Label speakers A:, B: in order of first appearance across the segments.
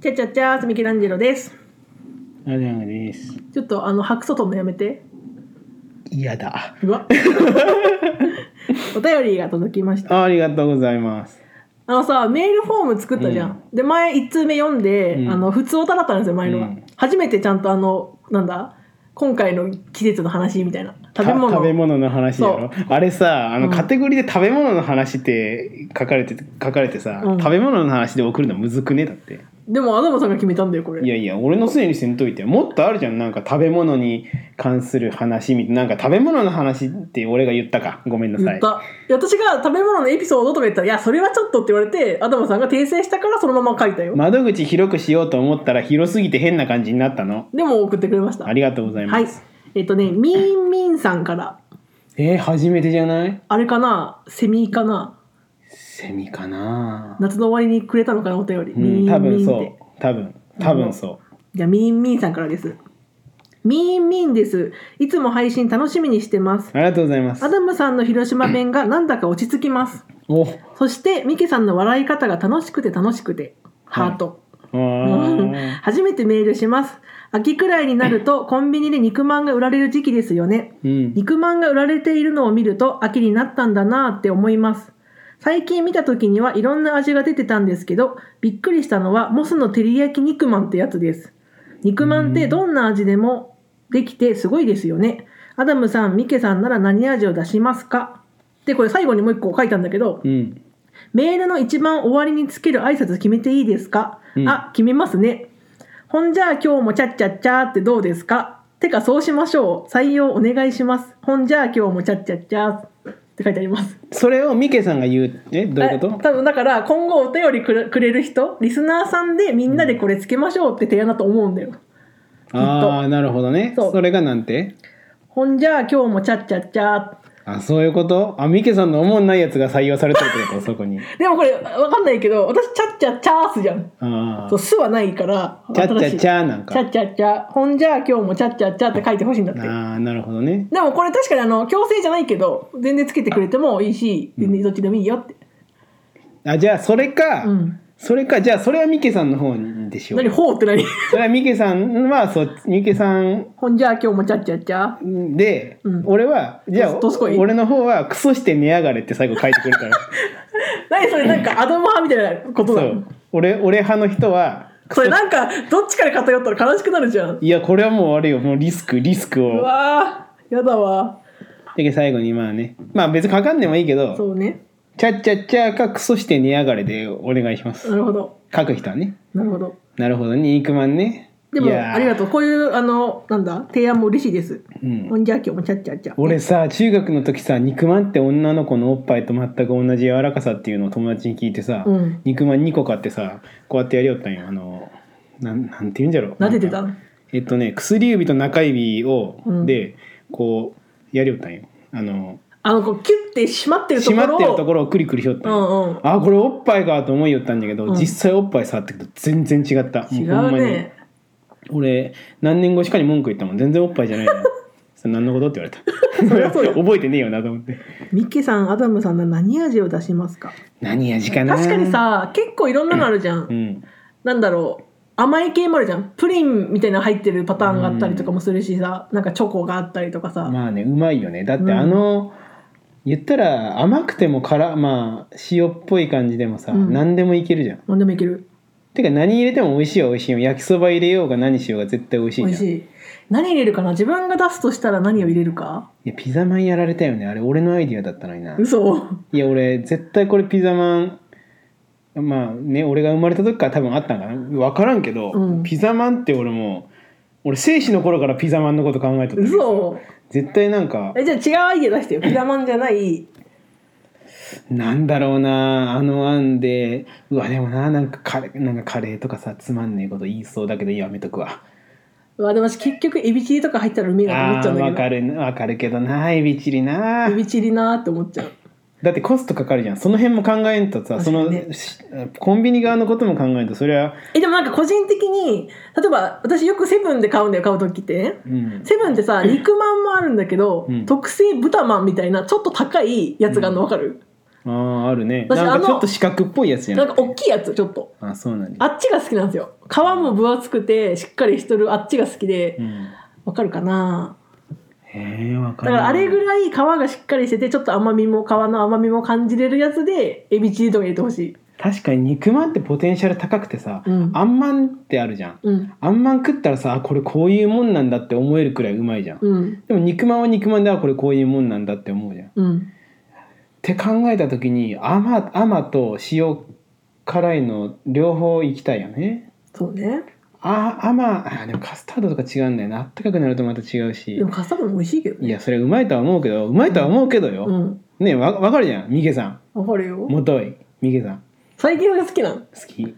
A: ちゃちゃちゃーす、ミケランジェロです。
B: なるほどです。
A: ちょっとあの白素とんのやめて。
B: 嫌だ。
A: う わ。お便りが届きました。
B: あありがとうございます。
A: あのさ、メールフォーム作ったじゃん。で、前1通目読んで、
B: うん
A: あの普通オタだったんですよ、前のは。
B: うん
A: 初めてちゃんとあの、なんだ、今回の季節の話みたいな。食べ物。
B: た食べ物の話やろあれさあの、
A: うん
B: カテゴリーで食べ物の話って書かれて書かれてさ、
A: うん
B: 食べ物の話で送るのむずくねだって
A: でも、アダムさんが決めたんだよ、これ。
B: いやいや俺のせいにせんといてもっとあるじゃんなんか食べ物に関する話みたいななんか食べ物の話って俺が言ったかごめんなさ
A: 言
B: い
A: ったいや私が食べ物のエピソードとか言ったら「いやそれはちょっと」って言われてアダムさんが訂正したからそのまま書いたよ、
B: 窓口広くしようと思ったら広すぎて変な感じになったの
A: でも送ってくれました
B: ありがとうございます、
A: はいえっ、とねみんみんさんから
B: えー、初めてじゃない
A: あれかなセミかな
B: セミかな
A: 夏の終わりにくれたのかなお便り、
B: う
A: みんみん
B: ん
A: って
B: 多分そう多分多分そう
A: じゃあみんみんさんからですみんみんですいつも配信楽しみにしてます
B: ありがとうございます
A: アダムさんの広島弁がなんだか落ち着きます
B: お
A: そしてミケさんの笑い方が楽しくて楽しくてハート、うん
B: あ
A: 初めてメールします秋くらいになるとコンビニで肉まんが売られる時期ですよね
B: ー うん
A: 肉まんが売られているのを見ると秋になったんだなって思います最近見た時にはいろんな味が出てたんですけどびっくりしたのはモスの照り焼き肉まんってやつです肉まんってどんな味でもできてすごいですよねアダムさんミケさんなら何味を出しますかでこれ最後にもう一個書いたんだけど
B: うん
A: メールの一番終わりにつける挨拶決めていいですか、
B: うん
A: あ、決めますね。ほんじゃあ今日もチャッチャッチャーってどうですかてかそうしましょう。採用お願いします。ほんじゃあ今日もチャッチャッチャーって書いてあります。
B: それをミケさんが言うえどういうこ
A: あ
B: と
A: 多分だから今後お便りくれくれる人、リスナーさんでみんなでこれつけましょうって提案だと思うんだよ。
B: ああなるほどね
A: そう
B: それがなんて
A: ほんじゃあ今日もチャッチャッチャー
B: あそういうことあミケさんの思んないやつが採用されてるってことそこに
A: でもこれわかんないけど、私チャッチャッチャースじゃん。
B: あ
A: そう、
B: あ
A: すはないから、
B: チャッチャ
A: 新しい
B: チャーなん
A: チャ
B: か
A: ッチャッチャほんじゃあ今日もチャッチャッチャって書いてほしいんだって
B: ああなるほどね
A: でもこれ確かにあの強制じゃないけど全然つけてくれてもいいし全然どっちでもいいよって、
B: あじゃあそれか、
A: うん
B: それかじゃあそれはミケさんの方にでしょ
A: 何
B: う
A: ほうって 何
B: それはミケさんはそうミケさん
A: ほんじゃあ今日もチャッチャッチャ
B: で、
A: うん
B: 俺はじゃあ
A: どどすこい
B: 俺の方はクソして寝やがれって最後書いてく るから
A: 何それなんかアドマ派みたいなこと
B: そ
A: なの
B: う俺俺派の人は
A: それなんかどっちから偏ったら悲しくなるじゃん
B: いやこれはもうあれよもうリスクリスク
A: う
B: を
A: わーやだわ
B: で最後にまあねまあ別にかかんでもいいけど
A: そうね
B: 「チャッチャッチャー」か「クソして寝やがれ」でお願いします
A: なるほど
B: 書く人はね
A: なるほど
B: なるほどね肉まんね
A: でもありが
B: う、
A: とうこういうあのなんだ提案も嬉しいです、
B: うん
A: ほんじゃあ今日もチャッチャッチャ
B: 俺さ中学の時さ肉まんって女の子のおっぱいと全く同じ柔らかさっていうのを友達に聞いてさ、
A: うん
B: 肉まん2個買ってさこうやってやりよったんよあのなんなんて言うんじゃろう
A: 撫でてた
B: なん
A: の
B: かえっとね薬指と中指を、
A: うん
B: でこうやりよったんよあの
A: あのこうキュッて締まってると
B: 閉
A: ころ
B: まってる
A: を
B: ところをクリクリしよったんよ、
A: うんうん
B: あこれおっぱいかと思いよったんだけど、
A: うん
B: 実際おっぱい触ってくと全然違ったも
A: 違
B: ほん
A: う
B: まに
A: ね
B: 俺何年越しかに文句言ったもん全然おっぱいじゃないな それ何のことって言われた
A: そりゃそうよ
B: 覚えてねえよなと思って
A: ミッキーさんアダムさんなら何味を出しますか
B: 何味かな
A: 確かにさ結構いろんなのあるじゃん、
B: うん
A: なんだろう甘い系もあるじゃんプリンみたいなの入ってるパターンがあったりとかもするしさ、なんかチョコがあったりとかさ、
B: まあねうまいよねだっ
A: うん
B: てあの、言ったら甘くても辛まあ塩っぽい感じでもさ、
A: うん
B: 何でもいけるじゃん
A: なんでもいける
B: てか何入れても美味しいは美味しいよ焼きそば入れようが何しようが絶対美味し
A: 美
B: い
A: 味
B: じゃん
A: し
B: い
A: い何入れるかな自分が出すとしたら何を入れるか
B: やピザマンやられたよねあれ俺のアイディアだったのにな
A: 嘘
B: いや俺絶対これピザマンまあね俺が生まれた時から多分あったんかな分からんけど、
A: うん
B: ピザマンって俺もう俺生死の頃からピザマンのこと考えとったけどさ
A: 嘘
B: 絶対なんか
A: えじゃあ違うアイデア出してよピザマンじゃない
B: なんだろうなあの案でうわでもななんかカレーなんかカレーとかさつまんねえこと言いそうだけどやめとくわ
A: うわでも私結局エビチリとか入ったらうめえなと思っ
B: あ
A: ちゃ
B: ー
A: うんだ
B: わ
A: け
B: かるわかるけどなエビチリな
A: どエビチリなーって思っちゃう
B: だってコストかかるじゃんその辺も考えんとさそ
A: 確
B: の
A: かにね
B: しコンビニ側のことも考えんとそれは
A: えでもなんか個人的に例えば私よくセブンで買うんだよ買う時ってね
B: うん
A: セブンってさ肉まんもあるんだけど、
B: うん
A: 特製豚まんみたいなちょっと高いやつがあるの分かる、
B: あああるね
A: 私
B: なん
A: あの
B: かちょっと四角っぽいやつじゃ
A: なん
B: ん
A: か大きいやつちょっと
B: あそうなん
A: あ
B: だ、
A: っちが好きなんですよ皮も分厚くてしっかりしとるあっちが好きで
B: うん、
A: わかるかな
B: へえわか
A: だか
B: る
A: らあれぐらい皮がしっかりしててちょっと甘みも皮の甘みも感じれるやつでエビチリとか入れてほしい、
B: 確かに肉まんってポテンシャル高くてさ、
A: うん
B: あんまんってあるじゃん
A: うん
B: あんまん食ったらさあこれこういうもんなんだって思えるくらいうまいじゃん、
A: うん
B: でも肉まんは肉まんであこれこういうもんなんだって思うじゃんっ
A: うん
B: て考えた時に甘甘と塩辛いの両方いきたいよね
A: そうね
B: あ甘あでもカスタードとか違うんだよなあったかくなるとまた違うし
A: でもカスタードも美味しいけど
B: い
A: ね
B: やそれはうまいとは思うけどうまいとは思うけどよ、
A: うん
B: ねわわかるじゃんミケさん
A: わかるよ
B: もといミケさん
A: 最近が好きなの
B: 好き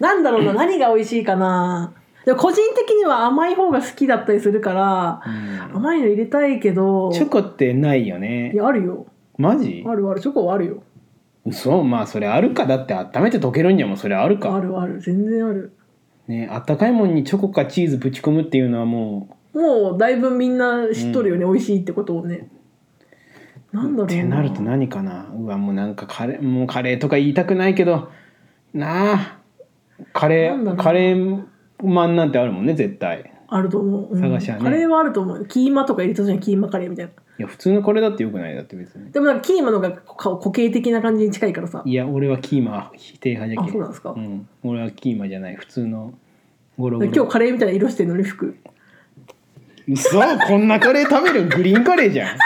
A: なんだろうな何が美味しいかなでも個人的には甘い方が好きだったりするから
B: うん
A: 甘いの入れたいけど
B: チョコってないよね
A: いやあるよ
B: マジ
A: あるあるチョコはあるよ
B: 嘘まあそれあるかだって温めて溶けるんじゃもんそれある
A: あ
B: か
A: るある全然ある
B: ねあったかいもんにチョコかチーズぶち込むっていうのはも
A: もうだいぶみんな知っとるよね、美味しいってことをねなんだろ
B: う
A: う
B: ってなると何かなうわもうなんかカレーもうカレーとか言いたくないけどなあカレ
A: なんだろ
B: ー
A: う
B: カレーマンなんてあるもんね絶対
A: あると思う、うん
B: 探しはね
A: カレーはあると思うキーマとか入れたじゃんキーマカレーみたいない
B: や普通のカレーだってよくないだって別に
A: でもなんかキーマのがこ固形的な感じに近いからさ
B: いや俺はキーマ否定派じゃけ
A: あそうなんですか
B: ん、俺はキーマじゃない普通のゴロゴロ
A: 今日カレーみたいな色してるのに服
B: 嘘こんなカレー食べるグリーンカレーじゃん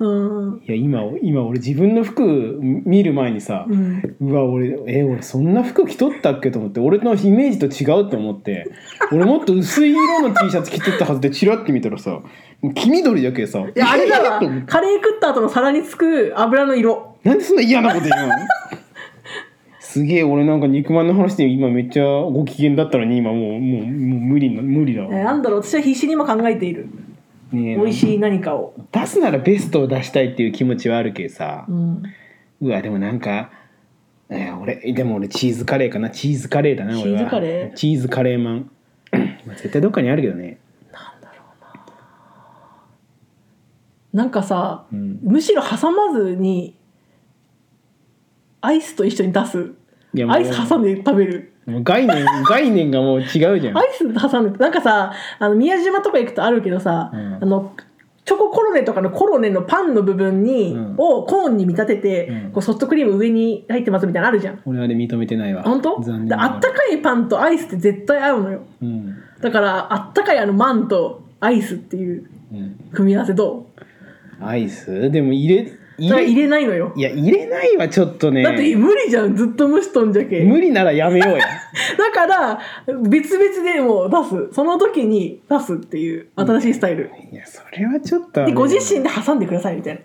A: うん
B: いや今今俺自分の服見る前にさ、
A: うん
B: うわ俺え俺そんな服着とったっけと思って俺のイメージと違うと思って俺もっと薄い色の T シャツ着とったはずでチラッて見たらさもう黄緑だけさ
A: いやあれだわ
B: と思っ て
A: カレー食った後の皿につく油の色
B: なんでそんな嫌なこと言うのすげえ俺なんか肉まんの話で今めっちゃご機嫌だったのに今もうもうもう無理な無理だ
A: え
B: わ、
A: ーなんだろう私は必死に今考えている
B: ねえ
A: 美味しい何かを、
B: 出すならベストを出したいっていう気持ちはあるけどさ
A: う、ん、
B: うわでもなんか、えー俺でも俺チーズカレーかなチーズカレーだな俺
A: チー
B: は
A: ズカレー
B: チーズカレーマンまあ絶対どっかにあるけどね
A: なんかさ
B: うん
A: むしろ挟まずにアイスと一緒に出す
B: いやもう
A: アイス挟んで食べる
B: もう概念 概念がもう違うじゃん
A: アイス挟んでなんかさあの宮島とか行くとあるけどさ、
B: うん
A: あのチョココロネとかのコロネのパンの部分に、
B: うん
A: をコーンに見立てて、
B: うん
A: こうソフトクリーム上に入ってますみたいなのあるじゃん
B: 俺はね認めてないわ
A: 本当
B: 残念
A: で
B: な
A: あ
B: がら
A: ったかいパンとアイスって絶対合うのよ
B: うん
A: だからあったかいあのマンとアイスっていう
B: うん
A: 組み合わせど
B: アイスでも入れ
A: う
B: 入
A: だから
B: れ
A: 入れないのよ
B: いや入れないはちょっとね
A: だって無理じゃんずっと蒸しとんじゃけ
B: 無理ならやめよう や
A: だから別々でもう出すその時に出すっていう新しいスタイル、
B: いやそれはちょっとあ
A: で
B: れ
A: ご自身で挟んでくださいみたい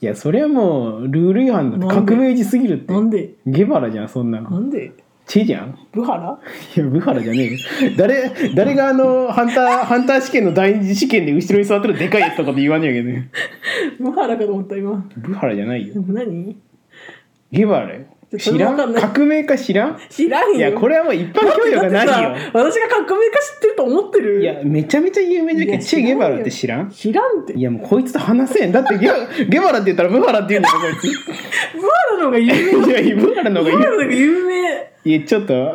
B: いやそれはもうルール違反だって
A: なんで
B: 革命児すぎるって
A: ななんで
B: ゲバラじゃんそんな
A: な
B: の
A: んで
B: チじゃん
A: ブハラ
B: いや、ブハラじゃねえよ。誰、誰があの、ハンター、ハンター試験の第二次試験で後ろに座ってるでかいやつとかで言わねえけどね。
A: ブハラかと思った今
B: ブハラじゃないよ。
A: 何
B: ゲバラよ。知ら
A: それわかん
B: ん
A: ない
B: 革命家知らん
A: 知らんよ
B: いや、これはもう一般教養がないよ。
A: だってさ私が革命家知ってると思ってる
B: いや、めちゃめちゃ有名だ
A: い
B: け
A: や
B: ど、チェ・ゲバラって知らん
A: 知らんって
B: いや、もうこいつと話せん。だってゲ、ゲバラって言ったらブハラって言うんだよ、こい
A: ブハラの方が有名
B: つ。いやいや、ブハラの
A: ブ
B: 方
A: ハ
B: が
A: ラの方が有名
B: いい。いや、ちょっと、いや、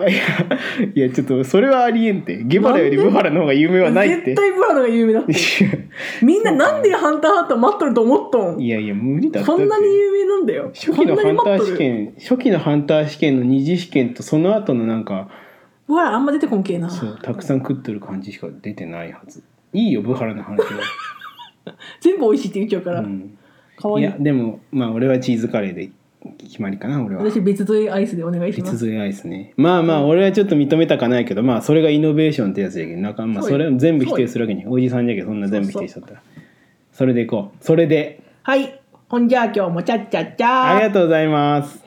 B: いやちょっと、それはありえんって。ゲバラより
A: なんで
B: ブハラの方が有名はないって
A: 絶。対ブハラの方が有名だってみんななんでハンターハット待っとると思っとん
B: いやいや、無理だって
A: そんなに有名なんだよ
B: 初期の
A: こ
B: ハ
A: んなに
B: ンタ
A: 待っ
B: ー
A: とる
B: 試験初期のハンター試験の二次試験とその後のなんか
A: ブハラあんま出てこんけえな
B: そうたくさん食ってる感じしか出てないはずいいよブハラの話
A: 全部美味しいって言っちゃうから、
B: は、うん、
A: かわ
B: い
A: いい
B: やでもまあ俺はチーズカレーで決まりかな俺は
A: 私別添えアイスでお願いしま
B: 別
A: す
B: 添えアイスねまあまあ俺はちょっと認めたかないけどまあそれがイノベーションってやつやけどなんかまあ
A: そうよ
B: それを全部否定するわけにおじさんじゃけどそんな全部否定しちゃったらそれでいこうそれで
A: はいほんじゃあ今日もチャッチャッチャー
B: ありがとうございます